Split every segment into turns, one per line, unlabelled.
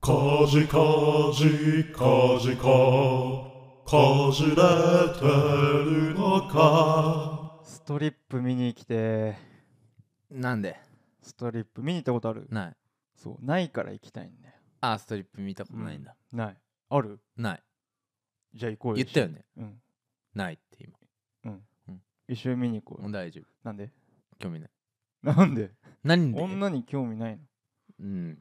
かじかじかじかかじれてるのか
ストリップ見に来て
なんで
ストリップ見に行ったことある
ない
そうないから行きたいんだよ
あーストリップ見たことないんだ、
ないある
ない
じゃあ行こうよ
言ったよね
一緒に
ないって今
うん一緒に見に行こう
もう
よ
大丈夫
なんで
興味ない
なんで
何で
女に興味ないの
うん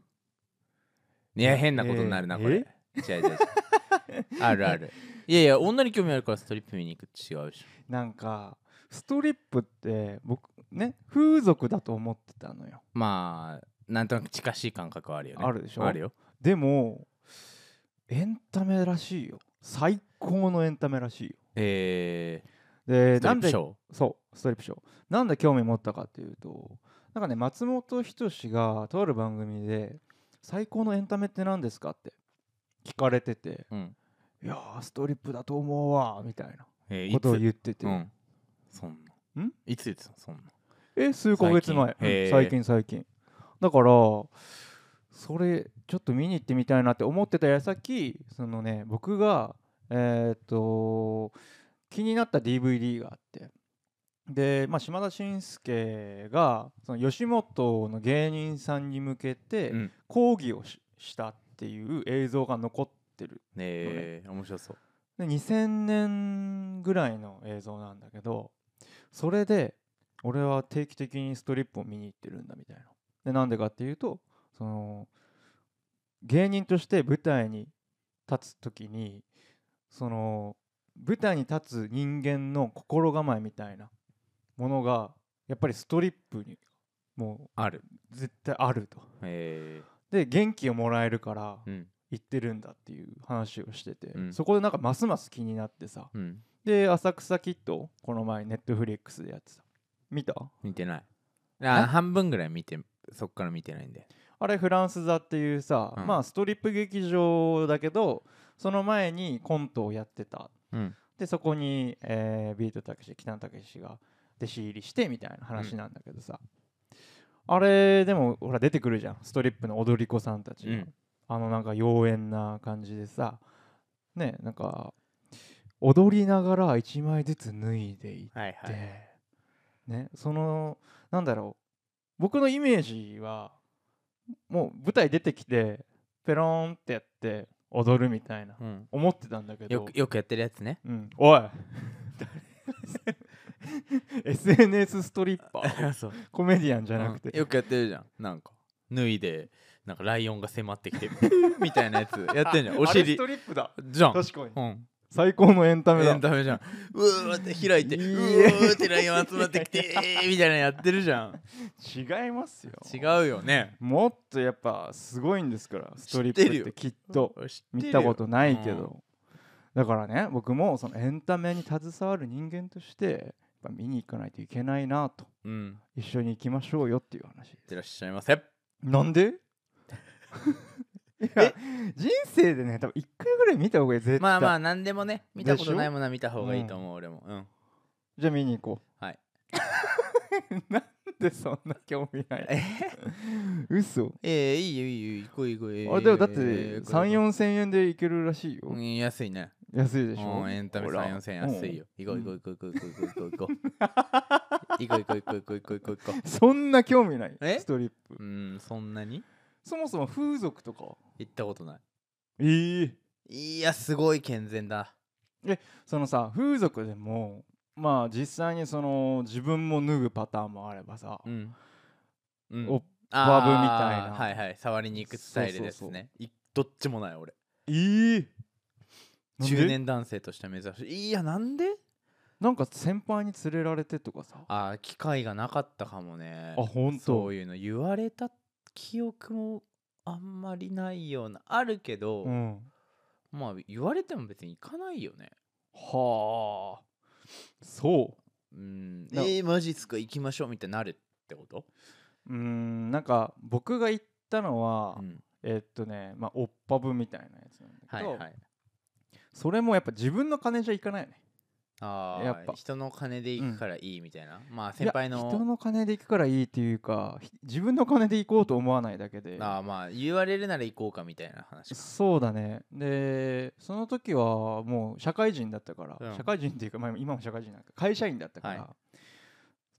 いや変なことになるな、
え
これ違 う違う違うあるあるいやいや女に興味あるからストリップ見に行くって違うでしょ
なんかストリップって僕ね風俗だと思ってたのよ
まあなんとなく近しい感覚はあるよね
あるでしょ
あるよ
でもエンタメらしいよ最高のエンタメらしいよ
えー、
で
スト
なん
リップ
で
ショー
そうストリップショーなんで興味持ったかっていうとなんかね松本人志がとある番組で「最高のエンタメって何ですか?」って聞かれてて
うん
「いやーストリップだと思うわ」みたいな
えー、いつ
ことを言ってて、
うんそんなんいつ言ってたのそんな
え数ヶ月前
最近
うん
へー
最近最近だからそれちょっと見に行ってみたいなって思ってた矢先そのね僕がえーっと気になった DVD があってで、まあ、島田紳介がその吉本の芸人さんに向けて
うん
講義をししたっていう映像が残ってる
えー、面白そう
で2000年ぐらいの映像なんだけどそれで俺は定期的にストリップを見に行ってるんだみたいな。でなんでかっていうとその芸人として舞台に立つ時にその舞台に立つ人間の心構えみたいなものがやっぱりストリップにも
ある
う絶対あると。
え
で元気をもらえるから
ー、うん
行ってるんだっていう話をしてて、
うん
そこでなんかますます気になってさ
うん
で「浅草キッド」この前ネットフリックスでやってた見た
見てない
な
あ半分ぐらい見てそっから見てないんで
あれフランス座っていうさ、
うん
まあストリップ劇場だけどその前にコントをやってた
うん
でそこに、えービートたけし北野たけしが弟子入りしてみたいな話なんだけどさ、あれでもほら出てくるじゃんストリップの踊り子さんたちが、
うん
あのなんか妖艶な感じでさねなんか踊りながら1枚ずつ脱いでいっ
はい
て、ねそのなんだろう僕のイメージはもう舞台出てきてペローンってやって踊るみたいな
うん、
思ってたんだけど
よくよくやってるやつね
うん、おい SNS ストリッパ ー
そう
コメディアンじゃなくて、
うんよくやってるじゃんなんか脱いでなんかライオンが迫ってきて みたいなやつやってんじゃんお
あれス
尻
トリップだ
じゃん
確かに
うん、
最高のエンタメ
エ
だ
ンタメじゃんうーって開いてう
いいえ
ーってライオン集まってきて みたいなのやってるじゃん
違いますよ
違うよね
もっとやっぱすごいんですからストリップ
知ってる
って
よ
きっと
知ってる
見
よ
たことないけ
うん
どだからね僕もそのエンタメに携わる人間としてやっぱ見に行かないといけないなと
うんいっ
一緒に行きましょうよっていう話
てらっしゃいませ
なんで いや人生でね多分一回ぐらい見た方がいい絶対
まあまあ何でもね見たこ
で
と
しょ
ないものは見た方がいいと思う、俺もうん
じゃあ見に行こう
はい
なんでそんな興味ない
え
嘘
えー、いいよいいよ行こう行こうえー
あれでもだって
えー
3、
行こ
4千円で行けるらしいう
行こうう
よ。
ん安いね
安いでし
う
ょ
んエンタメ
ほら
3、4000円安いよ。行こう
うん
行こう行こう行こう行こう 行こう。行こう行こう行こう行こう行こう行こう行こ
うんそんな興味ない
え
ストリップ
う。うん、そんなに
そもそも風俗とか
行ったことない
ええ。
いや、すごい健全だ。
そのさ風俗でもまあ実際にその自分も脱ぐパターンもあればさ
うん。うん、
お
あ
バ
ー
ブみたいな
はいはい、触りに行くスタイルです
そうそう
ね。いどっちもない俺。
ええなん
中
で
年男性として珍しい。いや、なんで
なんか先輩に連れられてとかさあ
あー機会がなかったかもね。
本
そ
当
ういうの言われた記憶もあんまりないような。あるけど、
うん
まあ言われても別に行かないよね。
はあそう
うん、
な
えー、マジっすか行きましょうみたいになるってこと、
うーんなんか僕が行ったのは、
うん、
えっとねまあオッパブみたいなやつなんだ
は
け
い
ど、
はい
それもやっぱ自分の金じゃ行かないよね
あ
や
や
っぱ
人の金で行くからいいみたいな、まあ
い
先
や
輩
人
の
の金で行くからいいっていうかひ自分の金で行こうと思わないだけで
あーまあ言われるなら行こうかみたいな話か
そうだねでその時はもう社会人だったから、
うん
社会人っていうか、まあ、今も社会人なんか会社員だったから、
はい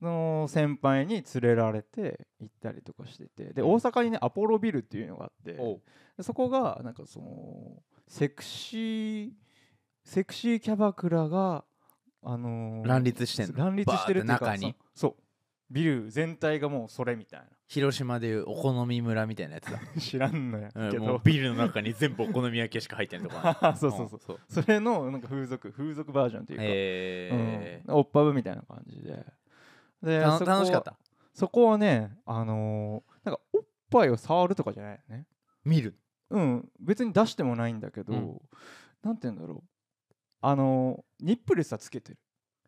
その先輩に連れられて行ったりとかしててで大阪にねアポロビルっていうのがあって
おう
でそこがなんかそのセクシーセクシーキャバクラがあのー
乱立してんの
乱立してるっていうか
バーって中に
そそうビル全体がもうそれみたい
広島でいうお好み村みたいなやつ だ、
な 知らんのや
うん
け
もう
ど、
ビルの中に全部お好み焼きしか入ってんと か
そうそうそう
う、 そう
それのなんか風俗風俗バージョンっていうか、
え
うん、オッパブみたいな感じでで
ーた
そこは
楽しかった
そこはねあのーなんかおっぱいを触るとかじゃないよね
見る
うん別に出してもないんだけど、
うん
なんて言うんだろうあのーニップレスはつけてる、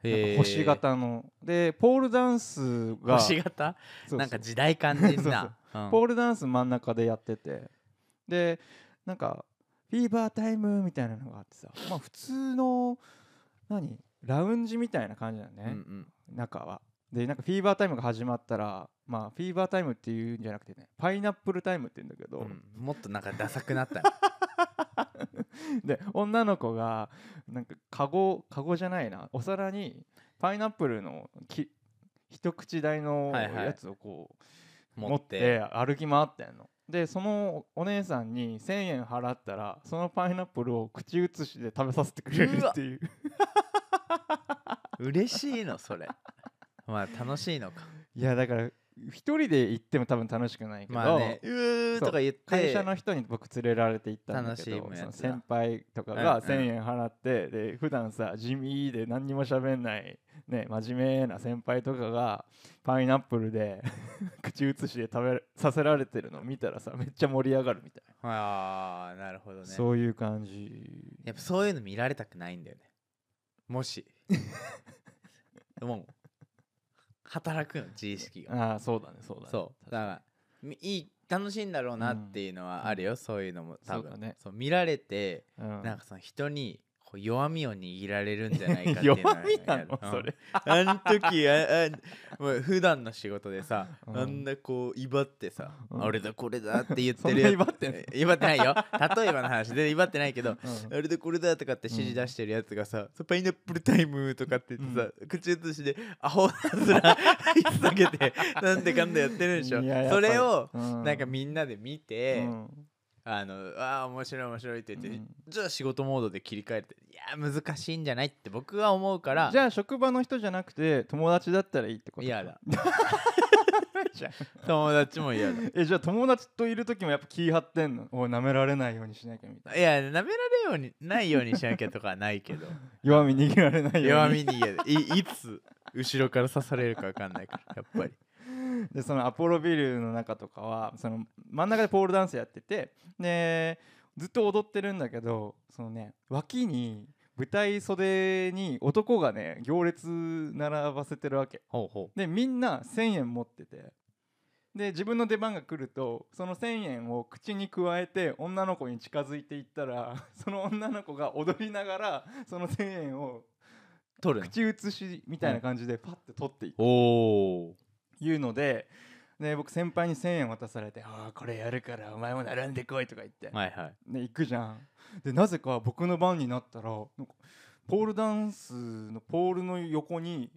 なんか星形のでポールダンスが
星型
そうそう
なんか時代感じるなうん
ポールダンス真ん中でやっててでなんかフィーバータイムみたいなのがあってさまあ普通の何ラウンジみたいな感じだよね、
うんうん
中は。でなんかフィーバータイムが始まったらまあフィーバータイムっていうんじゃなくてねパイナップルタイムって言うんだけど、
うんもっとなんかダサくなった
で女の子がなんかカゴカゴじゃないなお皿にパイナップルのき一口大の
はいはい
やつをこう、
の
持って歩き回ってんの。でそのお姉さんに1,000円払ったらそのパイナップルを口移しで食べさせてくれる
うわ
っていう
嬉しいのそれまあ楽しいのか
いやだから一人で行っても多分楽しくないけど、
まあねうーとか言って
会社の人に僕連れられて行ったんだ
楽
け
し
ど
む
その
やつだ
先輩とか
うんう
が
ん
1,000円払って、で普段さ地味で何にも喋んない、ね、真面目な先輩とかがパイナップルで 口移しで食べさせられてるの見たらさめっちゃ盛り上がるみたい
ああなるほど
な、
ね
そういう感じ
やっぱそういうの見られたくないんだよね もしもう働くの自意識が
ああそうだねそうだね
そうだからみいい楽しいんだろうなっていうのはあるよ、そういうのも多分
そうだね
見られて
ら、うん
なんかその人にこう弱みを握られるんじゃないかっていう
弱
のは
みな
や
の
うん
それ
あの時ああもう普段の仕事でさ、
うん
あんなこう威張ってさ、
うん
俺だこれだって言っ
そ
て
ん
る
な
や
威
つ
張ってんの
威張ってないよ例えばの話で威張ってないけど
うん
俺だこれだとかって指示出してるやつがさ、そうパイナップルタイムとかって言ってさ、口移しでアホなずら引っ下 げてなんでかんだやってるでしょ
いややっぱ
そ
り
れを
う
なんかみんなで見て、
うん
あのあー面白い面白いって言っ
う
て、
ん
じゃあ仕事モードで切り替えていやー難しいんじゃないって僕は思うから
じゃあ職場の人じゃなくて友達だったらいいってことか
嫌だ
じゃん
友達も嫌だ
えじゃあ友達といる時もやっぱ気張ってんのおい舐められないようにしなきゃみたいない
や舐められようにないようにしなきゃとかはない けど
弱み握られないように
弱みに言えいいつ後ろから刺されるか分かんないからやっぱり
でそのアポロビルの中とかはその真ん中でポールダンスやっててでずっと踊ってるんだけどそのね脇に舞台袖に男がね行列並ばせてるわけ
ほうほ
でみんな1,000円持っててで自分の出番が来るとその1,000円を口に加えて女の子に近づいていったら その女の子が踊りながらその1,000円を
う取る
口移しみたいな感じでパッて取っていく
おお
いうのでで僕先輩に1,000円渡されて「ああこれやるからお前も並んでこい」とか言って、
はいはい
で行くじゃん。でなぜか僕の番になったらなんかポールダンスのポールの横に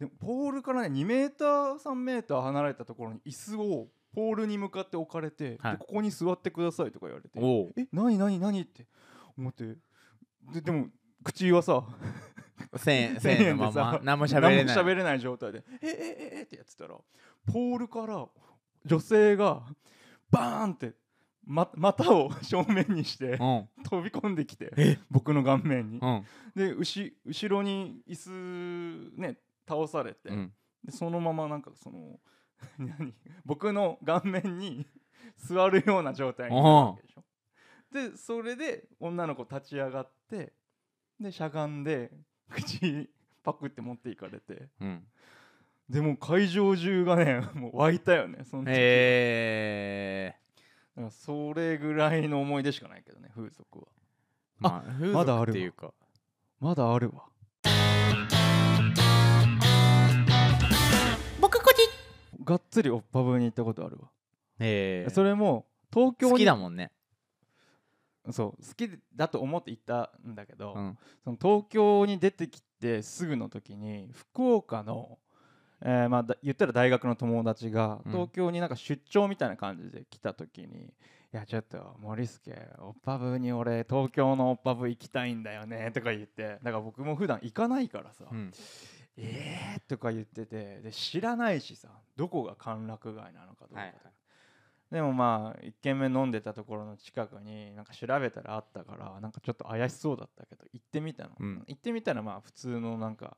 でもポールからね2メーター3メーター離れたところに椅子をポールに向かって置かれて、
はい
でここに座ってくださいとか言われて
おお
え何何何って思ってででも口はさ
1000円
1000
1000円
円
のま
でさ
ま何も喋
何
れ
も
ない
喋れない状態で「ええええってやってたらポールから女性がバーンって、ま、股を正面にして
うん
飛び込んできて
え
僕の顔面に、
うん
で後後ろに椅子ね倒されて、
うん
でそのままなんかその 何僕の顔面に 座るような状態になるわけでしょでそれで女の子立ち上がってでしゃがんで口パクって持っていかれて
うん
でもう会場中がね もう湧いたよねその時、
ええ
だからそれぐらいの思い出しかないけどね風俗は
まあ風
まだあ
俗
る
っていうか
まだあるわ
「
がっつりオッパブに行ったことあるわ、
ええ
それも東京に
好きだもんね、
そう好きだと思って行ったんだけど、
うん、
その東京に出てきてすぐの時に福岡の、えーまあ、だ言ったら大学の友達が
うん
東京になんか出張みたいな感じで来た時に「いやちょっと森助オッパブに俺東京のオッパブ行きたいんだよね」とか言ってだから僕も普段行かないからさ「
うん
えー」とか言っててで知らないしさどこが歓楽街なのかどうかとか。
はいはい
でもまあ1軒目飲んでたところの近くになんか調べたらあったからなんかちょっと怪しそうだったけど行ってみたの、
うん
行ってみたらまあ普通のなんか、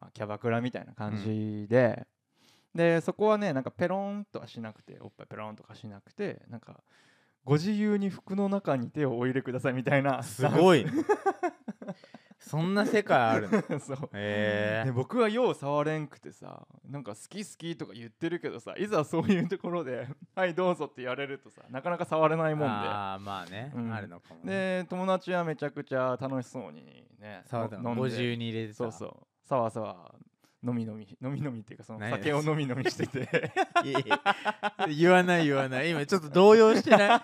まあ、キャバクラみたいな感じで、でそこはねなんかペロンとはしなくておっぱいペロンとかしなくてなんかご自由に服の中に手をお入れくださいみたいな
すごいそんな世界ある の
そう
へえ
で僕はよう触れんくてさなんか好き好きとか言ってるけどさいざそういうところで「はいどうぞ」って言われるとさなかなか触れないもんで
ああまあね、
うん
あるのかもね
で友達はめちゃくちゃ楽しそうにね
そうだ
の飲ん
ご
で
自由に入れてた
そうそうさわさわ飲み飲み飲み飲みっていうかその
何
酒を飲み飲みして て
いやいや言わない言わない今ちょっと動揺して ない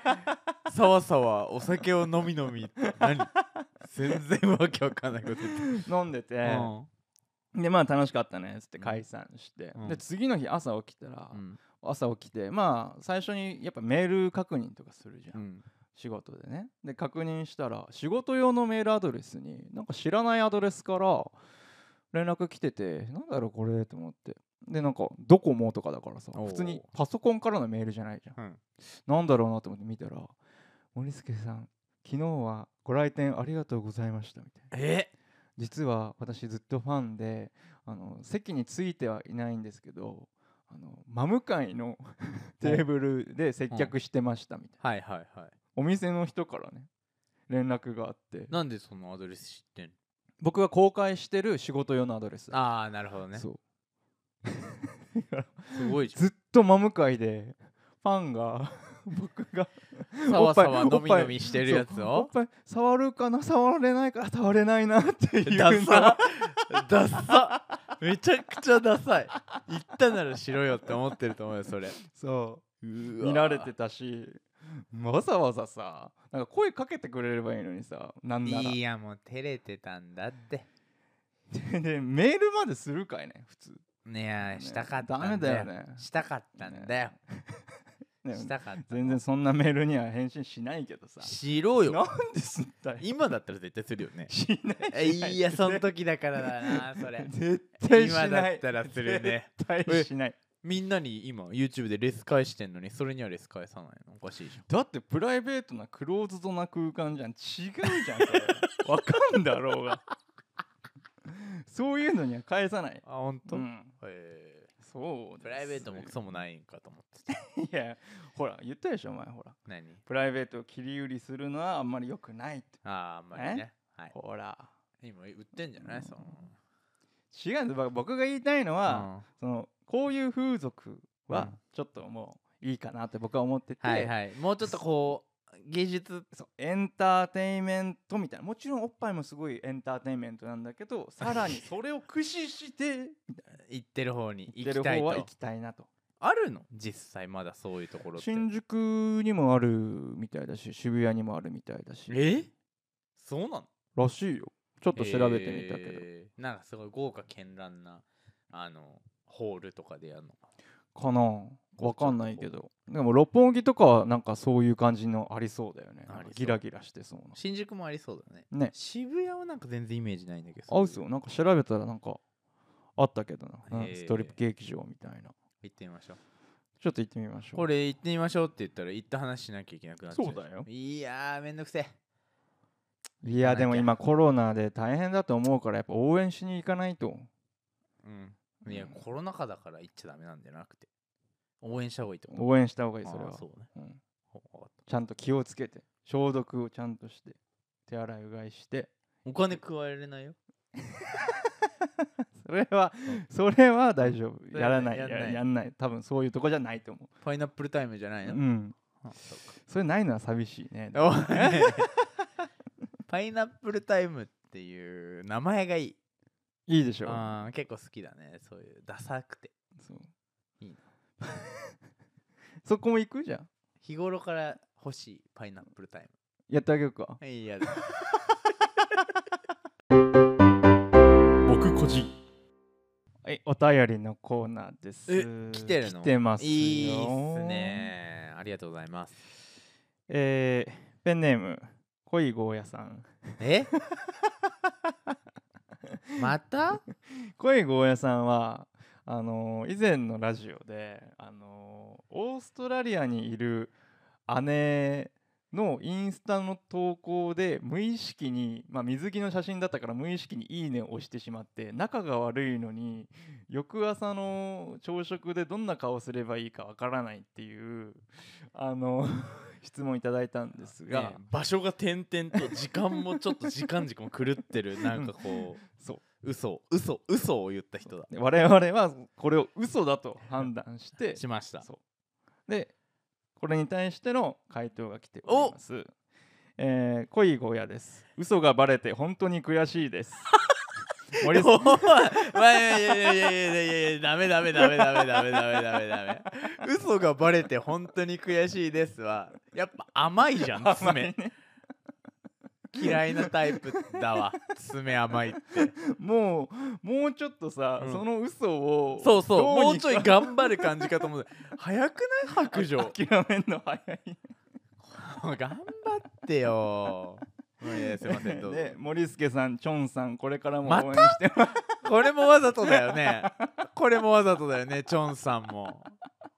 さわさわお酒を飲み飲みって何全然わけわかんないこと言って
飲んでて、
る
でまあ楽しかったねっつって解散して、
うん
で次の日朝起きたら、
うん
朝起きてまあ最初にやっぱメール確認とかするじゃん、
うん
仕事でねで確認したら仕事用のメールアドレスになんか知らないアドレスから連絡来ててなんだろうこれと思ってでなんかドコモとかだからさ
おう
普通にパソコンからのメールじゃないじゃん
うん
なんだろうなと思って見たら「森助さん昨日はご来店ありがとうございました」みたいな
え
実は私ずっとファンであの席についてはいないんですけどあの真向かいの テーブルで接客してましたみたいな。
はいはいはい
お店の人からね連絡があって
なんでそのアドレス知ってんの
僕が公開してる仕事用のアドレス
ああなるほどねす
そう
ごいじゃん
ずっと真向かいでファンが 僕が
さわさ
お
わ
っぱい
飲み飲みしてるやつ
そうおっ
を
ぱい触るかな触れないか触れないなって いう
ダ
の
サダサめちゃくちゃダサい言ったならしろよって思ってると思うよそれ
そう見
見
られてたしわざわざさなんか声かけてくれればいいのにさなんなら
いやもう照れてたんだって
でメールまでするかいね普通
ねや
ね
したかったんだよ
ダメだよね
したかったんだよ、
ね
したかった
全然そんなメールには返信しないけどさ
しろ
なん
よ
ですったい
今だったら絶対するよね
しないしない
いやその時だからだなそれ
絶対しない
今だったらするね
絶対しない
みんなに今 YouTube でレス返してんのにそれにはレス返さないのおかしいじ
だってプライベートなクローズドな空間じゃん違うじゃんそれわかんだろうがそういうのには返さない
ゃんあ本
う
当、
ん
え
そうです
プライベートもクソもないんかと思ってた
いやほら言ったでしょお前ほら
何
プライベートを切り売りするのはあんまり良くないって
あーあんまりねはい
ほら
今売ってんじゃないその
違うんです僕僕が言いたいのは、そ
うん
のこういう風俗
う
は
ん
ちょっともういいかなって僕は思ってて、
はいはいもうちょっとこう芸術
そうエンターテインメントみたいなもちろんおっぱいもすごいエンターテインメントなんだけ どさらにそれを駆使して
行ってる方に
行って
行き
る
たい
方
と
は行きたいなと
あるの実際まだそういうところって
新宿にもあるみたいだし渋谷にもあるみたいだし
えそうなの
らしいよちょっと調べてみたけど、
えーなんかすごい豪華絢爛なあのホールとかでやるのか
かなわかんないけどでも六本木とかはなんかそういう感じのありそうだよね
ありそう
ギラギラしてそうな
新宿もありそうだね
ね
渋谷はなんか全然イメージないんだけど
あうっす
そうい
よなんか調べたらなんかあったけどな、うん
へー
ストリップ劇場みたいな
行ってみましょう
ちょっと行ってみましょう
これ行ってみましょうって言ったら行った話しなきゃいけなくなっちゃう
そうだよ
いやーめんどくせえ
いや
行かなきゃ
でも今コロナで大変だと思うからやっぱ応援しに行かないと
うんいや
うん
コロナ禍だから行っちゃダメなんじゃなくて応援した方がいいってこと
応援した方がいいそれ
あ
は
ーそうね
うん
ほわかった
ちゃんと気をつけて消毒をちゃんとして手洗いうがいして
お金加えられないよ
それはそれは大丈
そ
夫
れ
やら
はね
ないや
やんない
やんない多分そういうとこじゃないと思
パイナップルタイムじゃないう
う
の、
ん
あそうか
それないのは寂しいね
おいパイナップルタイムっていう名前がいい
いいでしょ
あー結構好きだねそういうダサくて
そう
いいな
そこも行くじゃん
日頃から欲しいパイナップルタイム
やってあげようか
はいやる
僕こじ
はいお便りのコーナーです
え来てるの
来てますよ
いいっすねありがとうございます
えーペンネーム恋ゴーヤさん
えまた
恋ゴーヤさんはあのー以前のラジオで、あのーオーストラリアにいる姉のインスタの投稿で無意識に、まあ、水着の写真だったから無意識に「いいね」を押してしまって仲が悪いのに翌朝の朝食でどんな顔すればいいかわからないっていう、あのー質問いただいたんですが、
ね場所が点々と時間もちょっと時間軸も狂ってるなんかこ
そう
う嘘嘘嘘を言った人だ
で我々はこれを嘘だと判断して
しました
そうでこれに対しての回答が来ておりますえー、恋ゴヤです嘘がバレて本当に悔しいです森さん
おいまあいやいやいやいやいやいやダメダメダメダメダメダメダメダメ嘘がバレて本当に悔しいですはやっぱ甘いじゃん
甘い
爪
ね
嫌いなタイプだわ爪甘いって
もうもうちょっとさ、
うん
その嘘を
そうそ
どにか
うもうちょい頑張る感じかと思う早くない白状
諦めんの早い
頑張ってよいやいやすいませんどうぞ
で森助さんチョンさんこれからも
また
応援してます、
これもわざとだよねこれもわざとだよねチョンさんも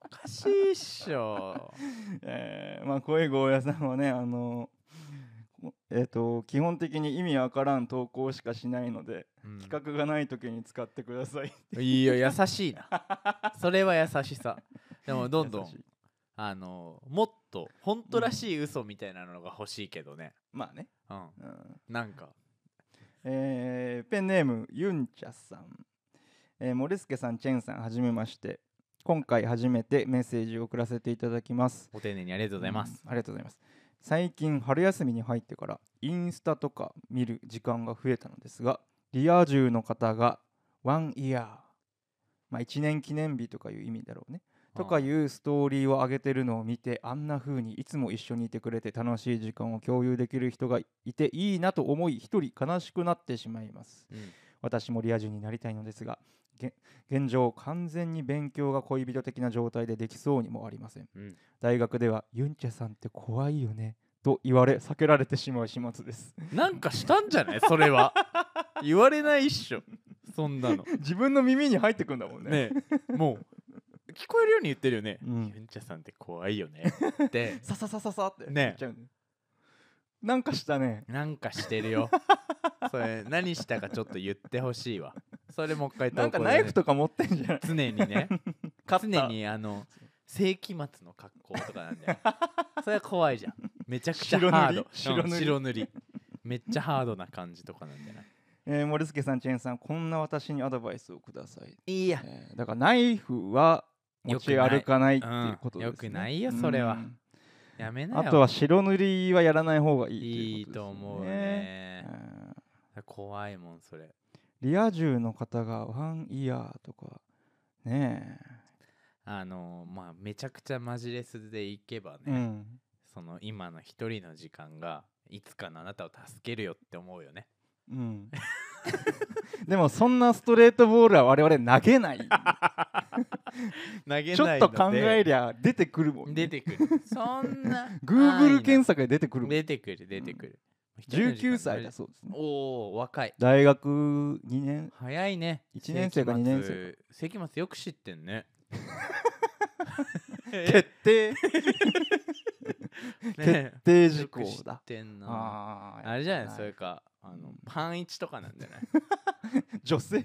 おかしいっしょ
えーまあ恋ゴーヤさんはねあのえっ、と基本的に意味わからん投稿しかしないので
うん
企画がない時に使ってください
いいよ優しいなそれは優しさでもどんど
優し
ん
い
あのもっと本当らしい嘘みたいなのが欲しいけどね
まあね、
うん
うん
なんか
えーペンネームユンチャさん、えー、森助さんチェンさんはじめまして今回初めてメッセージを送らせていただきます
ご丁寧にありがとうございます、
うんありがとうございます最近春休みに入ってからインスタとか見る時間が増えたのですがリア充の方がワンイヤーまあ1年記念日とかいう意味だろうねとか
うん
いうストーリーを上げてるのを見てあんな風にいつも一緒にいてくれて楽しい時間を共有できる人がいていいなと思い一人悲しくなってしまいます
うん
私もリア充になりたいのですがげ現状完全に勉強が恋人的な状態でできそうにもありません
うん
大学ではユンチェさんって怖いよねと言われ避けられてしまう始末です
なんかしたんじゃないそれは言われないっしょそんなの
自分の耳に入ってくんだもんね
ねえもう聞こえるように言ってるよね、
うん
ユンチャさんって怖いよねって
さささささって言
ね
っちゃうねなんかしたね
なんかして るよそれ何したかちょっと言ってほしいわそれもう一回投稿
なんか
でね
ナイフとか持ってんじゃない
常にね
勝った
常にあの世紀末の格好とかなんだよ それは怖いじゃんめちゃくちゃ
白塗り
ハード
白塗り
うん白塗りめっちゃハードな感じとかなんじゃない
えー、森助さんチェンさんこんな私にアドバイスをください、
いいや
え ーだからナイフは持ち歩かないっていうことです、ね
よくないうんよくないよそれは
うん
やめなよ
あとは白塗りはやらない方がい
い
い
い
っていう
と
こ
思
と
う
ですよ
ね
うん
怖いもんそれ
リア充の方がワンイヤーとかね
あのまあめちゃくちゃマジレスでいけばね、
え、うん、
その今の一人の時間がいつかのあなたを助けるよって思う よね
うん、でもそんなストレートボールは我 々投げない
投げ
ちょっと考えりゃ出てくるもん、
出
ね、
てくるそんな
Google 検索
索
で出てくるもん
出てくる出てくる、
19歳だそうですね
おお若い
大学2年
早いね
一年生か
世紀
二年
末世紀末よく知って んね
決定
ね
決定
よ
事項
く知っ
だ
てんな
あー
あれじゃない
は
それかあ
う
の
ん
パン一とかなんじゃない
女性、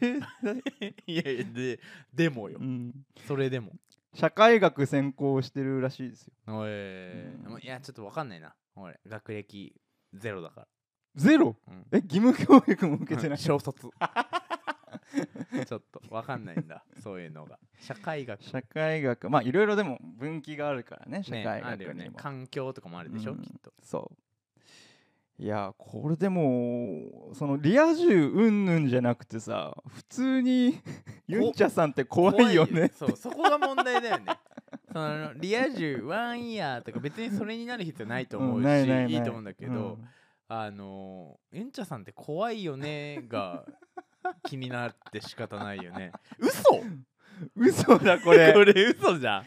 いやいやででもよ
うん、
それでも
社会学専攻してるらしいですよ
おえ
うん
いやちょっとわかんないな俺学歴ゼロだか
ゼロ
ら、うん
え義務教育も受けて
う
なんい
小卒 ちょっとわかんないんだそういうのが社会学
社会学まあいろいろでも分岐があるからね社
ね
会
あ
学
る
に
よ
も、
ね環境とかもあるでしょ、
うん
きっと
そういやこれでもそのリア充うんぬんじゃなくてさ普通にユンチャさんって怖いよね
そうそこが問題だよねそのリア充ワンイヤーとか別にそれになる必要ないと思う
ん
し、
ないないない
いと思うんだけど、あのー、エンチャさんって怖い よねが気になって仕方ないよね嘘
うん嘘だこ
これ
れ
嘘じゃん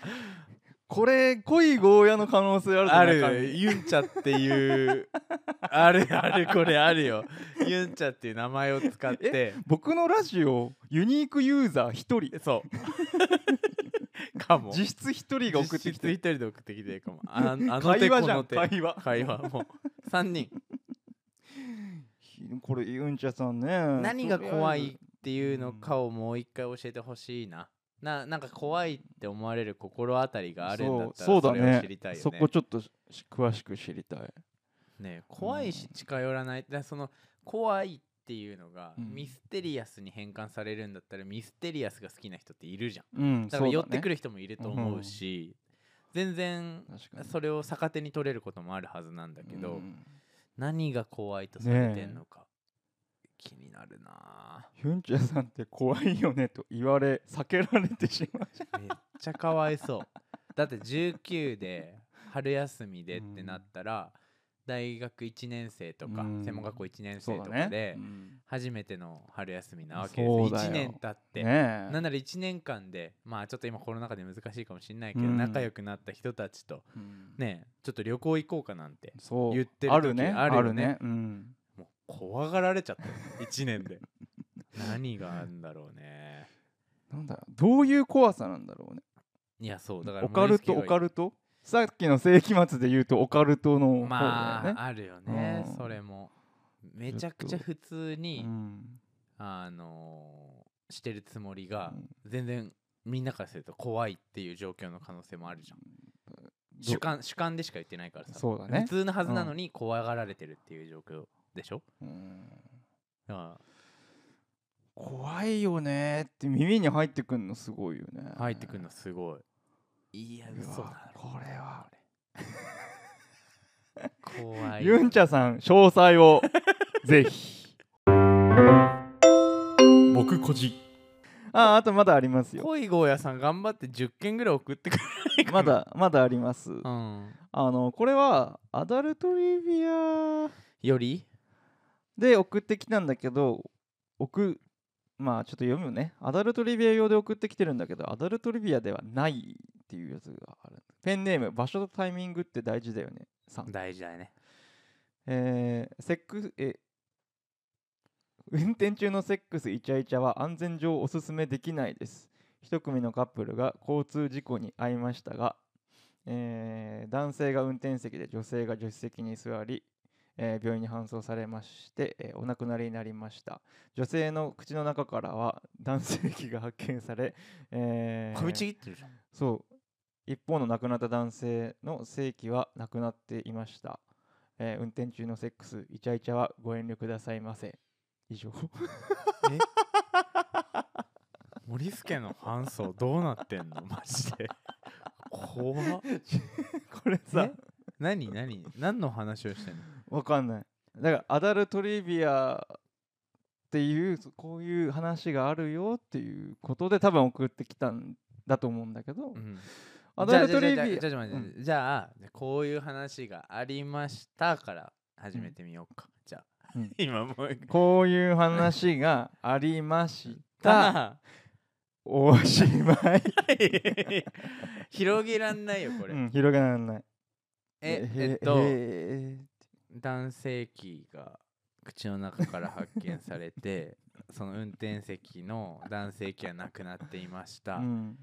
これ濃いゴーヤの可能性ある
ある
よ
よユンチャっていうあるあるこれある よユンチャっていう名前を使って
僕のラジオユニークユーザー1人
そうかも
実質1人が送ってきて
実質一人で送ってきてるかもああの手
会
こ
話じゃ
の
ん
手
会話
会話もう3人
これユンチャさんね
何が怖いっていうのかをもう一回教えてほしいな。ななんか怖いって思われる心当たりがあるんだった
そ
ら
う
そ
だ
れ
ね
を知りたいよね。
そこちょっとし詳しく知りたい
ね怖いし近寄らないだからその怖いっていうのが
うん
ミステリアスに変換されるんだったらミステリアスが好きな人っているじゃん。
うん
だから寄ってく
る
る人もいると思うし、全然
確かに
それを逆手に取れることもあるはずなんだけど、
うん
何が怖いとされて
ねえ
んのか気になるなあ
ユンチャさんって怖いよねと言われ避けられてしまう
めっちゃかわいそうだって19で春休みでってなったら、大学1年生とか、
うん
専門学校1年
そ
生
う
と
だ
か
ね
で、
うん
初めての春休みなわけです
そう
よ
だよ
1年経って、
ね
なんなら1年間でまあちょっと今コロナ禍で難しいかもしれないけど、
うん
仲良くなった人たちと
うん
ねちょっと旅行行こうかなんて
そう
言ってる時
あるね
あ
あ
るよ
る
ね
ねうん
もう怖がられちゃった1年で何があるんだろうね
なんだどういう怖さなんだろうね
いやそうだから
オカルト
森助が
オカルトさっきの世紀末で言うとオカルトの方だよね、
まあ、あるよね、
うん
それもめちゃくちゃ普通
う
に、
ん
あのーしてるつもりが
う、ん
全然みんなからすると怖いっていう状況の可能性もあるじゃん
ど
主観主観でしか言ってないからさ、
そうだね
普通のはずなのに怖がられてるっていう状況でしょ、
うん
だか
怖いよねって耳に入ってくんのすごいよね
ら入ってくるのすごいいや
うわ
嘘だろ
これは
怖い
ユンチャさん詳細を ぜひ
僕こじ
ああとまだありますよ
恋ゴーヤさん頑張って10件ぐらい送ってくれないか
ま
な
だまだあります
うん
あのこれはアダルトリビア
より
で送ってきたんだけど送まあちょっと読むねアダルトリビア用で送ってきてるんだけどアダルトリビアではないっていうやつがあるペンネーム場所とタイミングって大事だよねさん
大事だよね
えーセックスえ運転中のセックスイチャイチャは安全上おすすめできないです一組のカップルが交通事故に遭いましたが、えー男性が運転席で女性が助手席に座り、えー病院に搬送されまして、えーお亡くなりになりました女性の口の中からは男性器が発見され、えー
噛みちぎってるじゃん
そう一方の亡くなった男性の性器はなくなっていました、えー運転中のセックスイチャイチャはご遠慮くださいませ以上
森助の搬送どうなって んのマジで怖っ
これさ
え何何何の話をしてんの
わかんないだからアダルトリビアっていうそこういう話があるよっていうことで多分送ってきたんだと思うんだけど、
うん
アダルトリビア
じゃあじゃあじゃあじゃあじゃあじゃあじゃあこういう話がありましたから始めてみようか、じゃあ、
うん
今もう
こういう話がありました
だ
おしまい、
広げらんないよこれ、
うん、広げられない
え
へ
えっと、
へ
男性器が口の中から発見さ れてその運転席の男性器はなくなっていました、
うん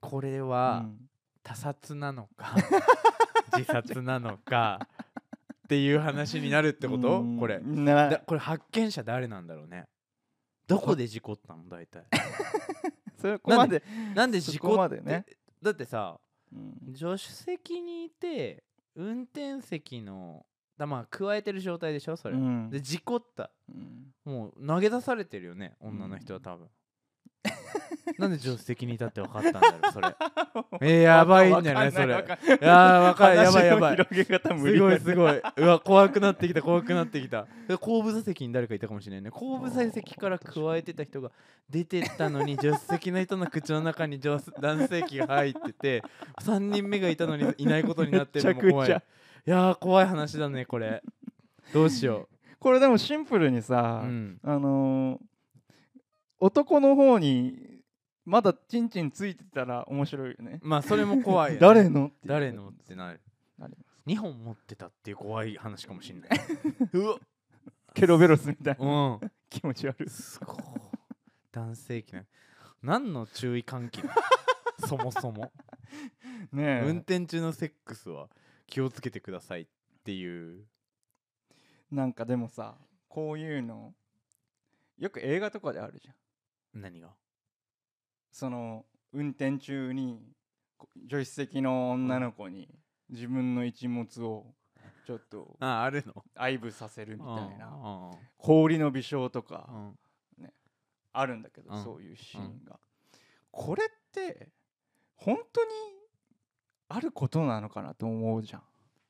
これ
う
は
ん
他殺なの か自殺なのかっていう話になるってこと
うん
これ
なら
だこれ発見者誰なんだろうねどこで事故った の大体
それここまで
なんで事
そ
故
こ
っ
ま
て
でね
だってさ
うん
助手席にいて運転席のだまあ加えてる状態でしょそれ、
うん
で事故った
うん
もう投げ出されてるよね女の人は多分、なんで助手席にいたって分かったんだろう それえー、やばいんじゃないそれ
わかん
いやーわかるや
話
ばいや
の
ばい
広げ方無理
すごいすごいうわ怖くなってきた怖くなってきたで後部座席に誰かいたかもしれないね後部座席から加えてた人が出てったの に助手席の人の口の中に女男性器が入ってて3人目がいたのにいないことになってるのも怖いい
めちゃ
や
く
ー怖い話だねこれどうしよ
これでもシンプルに
う、
さ、
うん、
あのー男の方にまだチンチンついてたら面白いよね
まあそれも怖いよね、
誰のっていう
誰のってなる
なります
2本持ってたっていう怖い話かも しれないうわ
ケロベロスみたいな
うん
気持ち悪い
すごい男性器ね何の注意喚起 なのそもそも
ねえ、
運転中のセックスは気をつけてくださいっていう
なんかでもさこういうのよく映画とかであるじゃん
何が
その運転中にこ助手席の女の子に自分の一物をちょっと
ああるの
愛撫させるみ
み
た
た
い
い
な
な
氷の微笑とか
うん
あるんだけど
うん
そういうシーンがこれって本当にあることなのかなと思うじゃ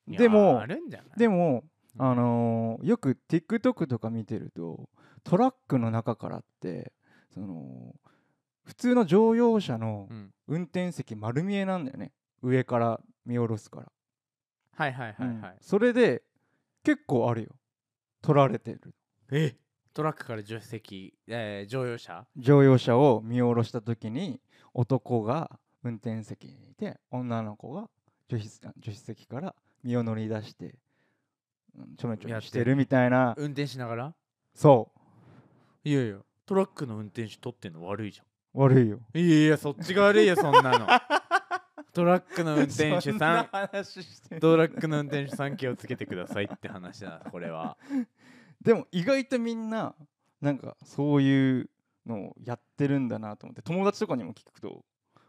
ん
いや
でも
あるんじゃない
でも、
うん
あのーよく TikTok とか見てるとトラックの中からってその普通の乗用車の
うん
運転席丸見えなんだよね上から見下ろすから、
はいはいはい
うん
はい
それで結構あるよ取られてる
えトラックから助手席えー乗用車
乗用車を見下ろした時に男が運転席にいて女の子が助手助手席から身を乗り出してうんちょめちょめしてるみたいな
運転しながら
そ
いやいやトラックの運転手取ってんの悪いじゃん
う悪いよ
いやいやそっちが悪いよそんな のトラックの運転手
そん
さん
な話して
トラックの運転手さん気をつけてくださいって話だこれは
でも意外とみんななんかそういうのをやってるんだなと思って友達とかにも聞くと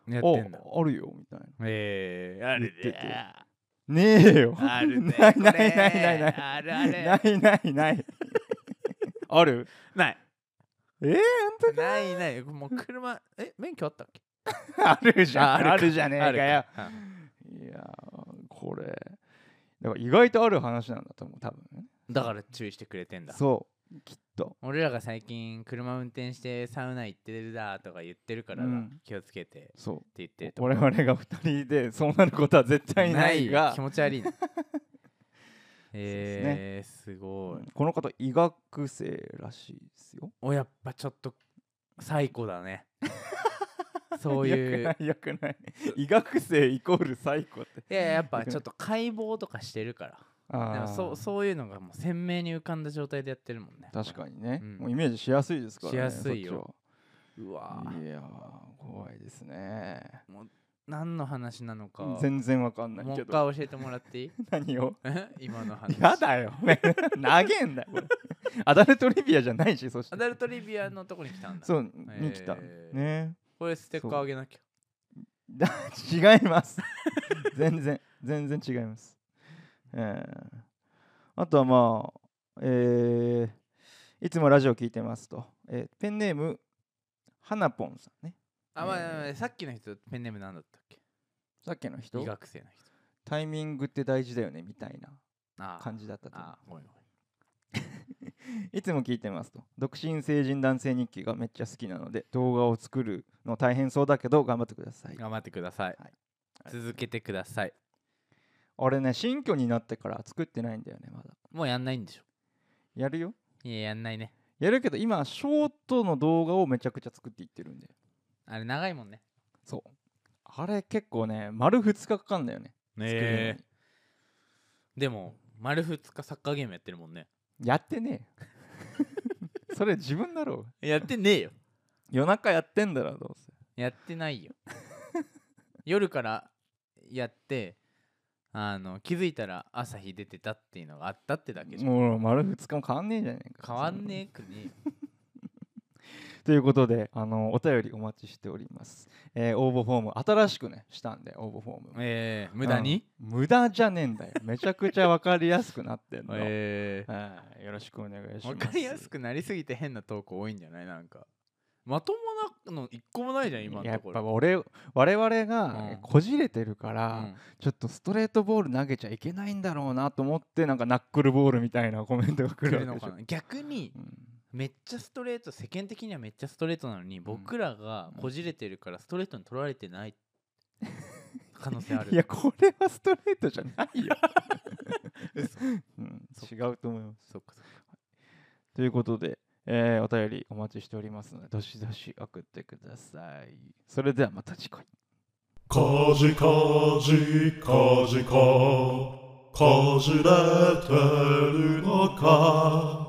や
「
ってんだ
おあるよ」みたいな
えー、あ
言
る
っ
ね
てて「ねえよ」
ある ね
ない
これ
ないないないない
あるある
ないないないある
ない
えー、
ないないもう車え免許あったっけ
あるじゃん
あ
あ
あるか
るじゃねえかよいやーこれだから意外とある話なんだと思う多分ね
だから注意してくれてんだ
そうきっと
俺らが最近車運転してサウナ行ってるだとか言ってるから
う
だ
ん
気をつけてって
そう
言ってると
我々が2人でそうなることは絶対ないが
気持 ち悪いなえー、すごい
この方医学生らしいですよ
おやっぱちょっと最高 だねそう
よく
いう
ないよくない 医学生イコール最高って
いやいややっぱちょっと解剖とかしてるからだからそうそういうのがもう鮮明に浮かんだ状態でやってるもんね
確かにね、
うん
もうイメージしやすいですからね
しやすいよう
そ
わ
っちは
ー
いやー怖いですね
何の話なのか
全然わかんない
もう
け
一回
ど
教えてもらってい い
何を
え今の話
やだよ投げんだよこれアダルトリビアじゃないしそし
ア
て
ダルトリビアのとこに来たんだ
そううに来た、
えー
ね
これステッカーあげなきゃ
だ違います 全然全然違います、えーあとはまあえーいつもラジオ聞いてますと、えーペンネームはなぽんさんね
あ、まあまあま
え
あ、さっきの人ペンネームなんだったっけ
さっきの人
医学生の人
タイミングって大事だよねみたいな
ああ
感じだったと思う
あごめんごめん
いつも聞いてますと独身成人男性日記がめっちゃ好きなので動画を作るの大変そうだけど頑張ってください
頑張ってください、
はい
続けてください
俺ね新居になってから作ってないんだよねまだ
もうやんないんでしょ
やるよ
いややんないね
やるけど今ショートの動画をめちゃくちゃ作っていってるんで
あれ長いもんね
そうあれ結構ね丸2日かかんだよね
ね
作るのに
でも丸2日サッカーゲームやってるもんね
やってね えそれ自分だろう
やってねえよ
夜中やってんだろどうせ
やってないよ 夜からやってあの気づいたら朝日出てたっていうのがあったってだけじゃん
もう丸2日も変わんねえじゃねえか
変わんねえくね
ということであのお便りお待ちしております、えー応募フォーム新しくねしたんで応募フォーム
えよ えー無駄に、
うん無駄じゃねえんだよめちゃくちゃ分かりやすくなってんの、
え
はいよろしくお願いします
分かりやすくなりすぎて変な投稿多いんじゃないなんかまともなの一個もないじゃん今の
やっ
とこ
ぱ
ろ
俺我々
う
が
ん
こじれてるから、
うん
ちょっとストレートボール投げちゃいけないんだろうなと思ってなんかナックルボールみたいなコメントが来
来
る
るのかな逆にめっちゃストレート世間的にはめっちゃストレートなのに僕らがこじれてるからストレートに取られてない可能性あ
う
る
ん いやこれはストレートじゃないよ、
嘘
うん
そっ
違うと思います
そっかそっか
ということで、えーお便りお待ちしておりますのでどしどし送ってくださいそれではまた次回
こじこじこじここじれてるのか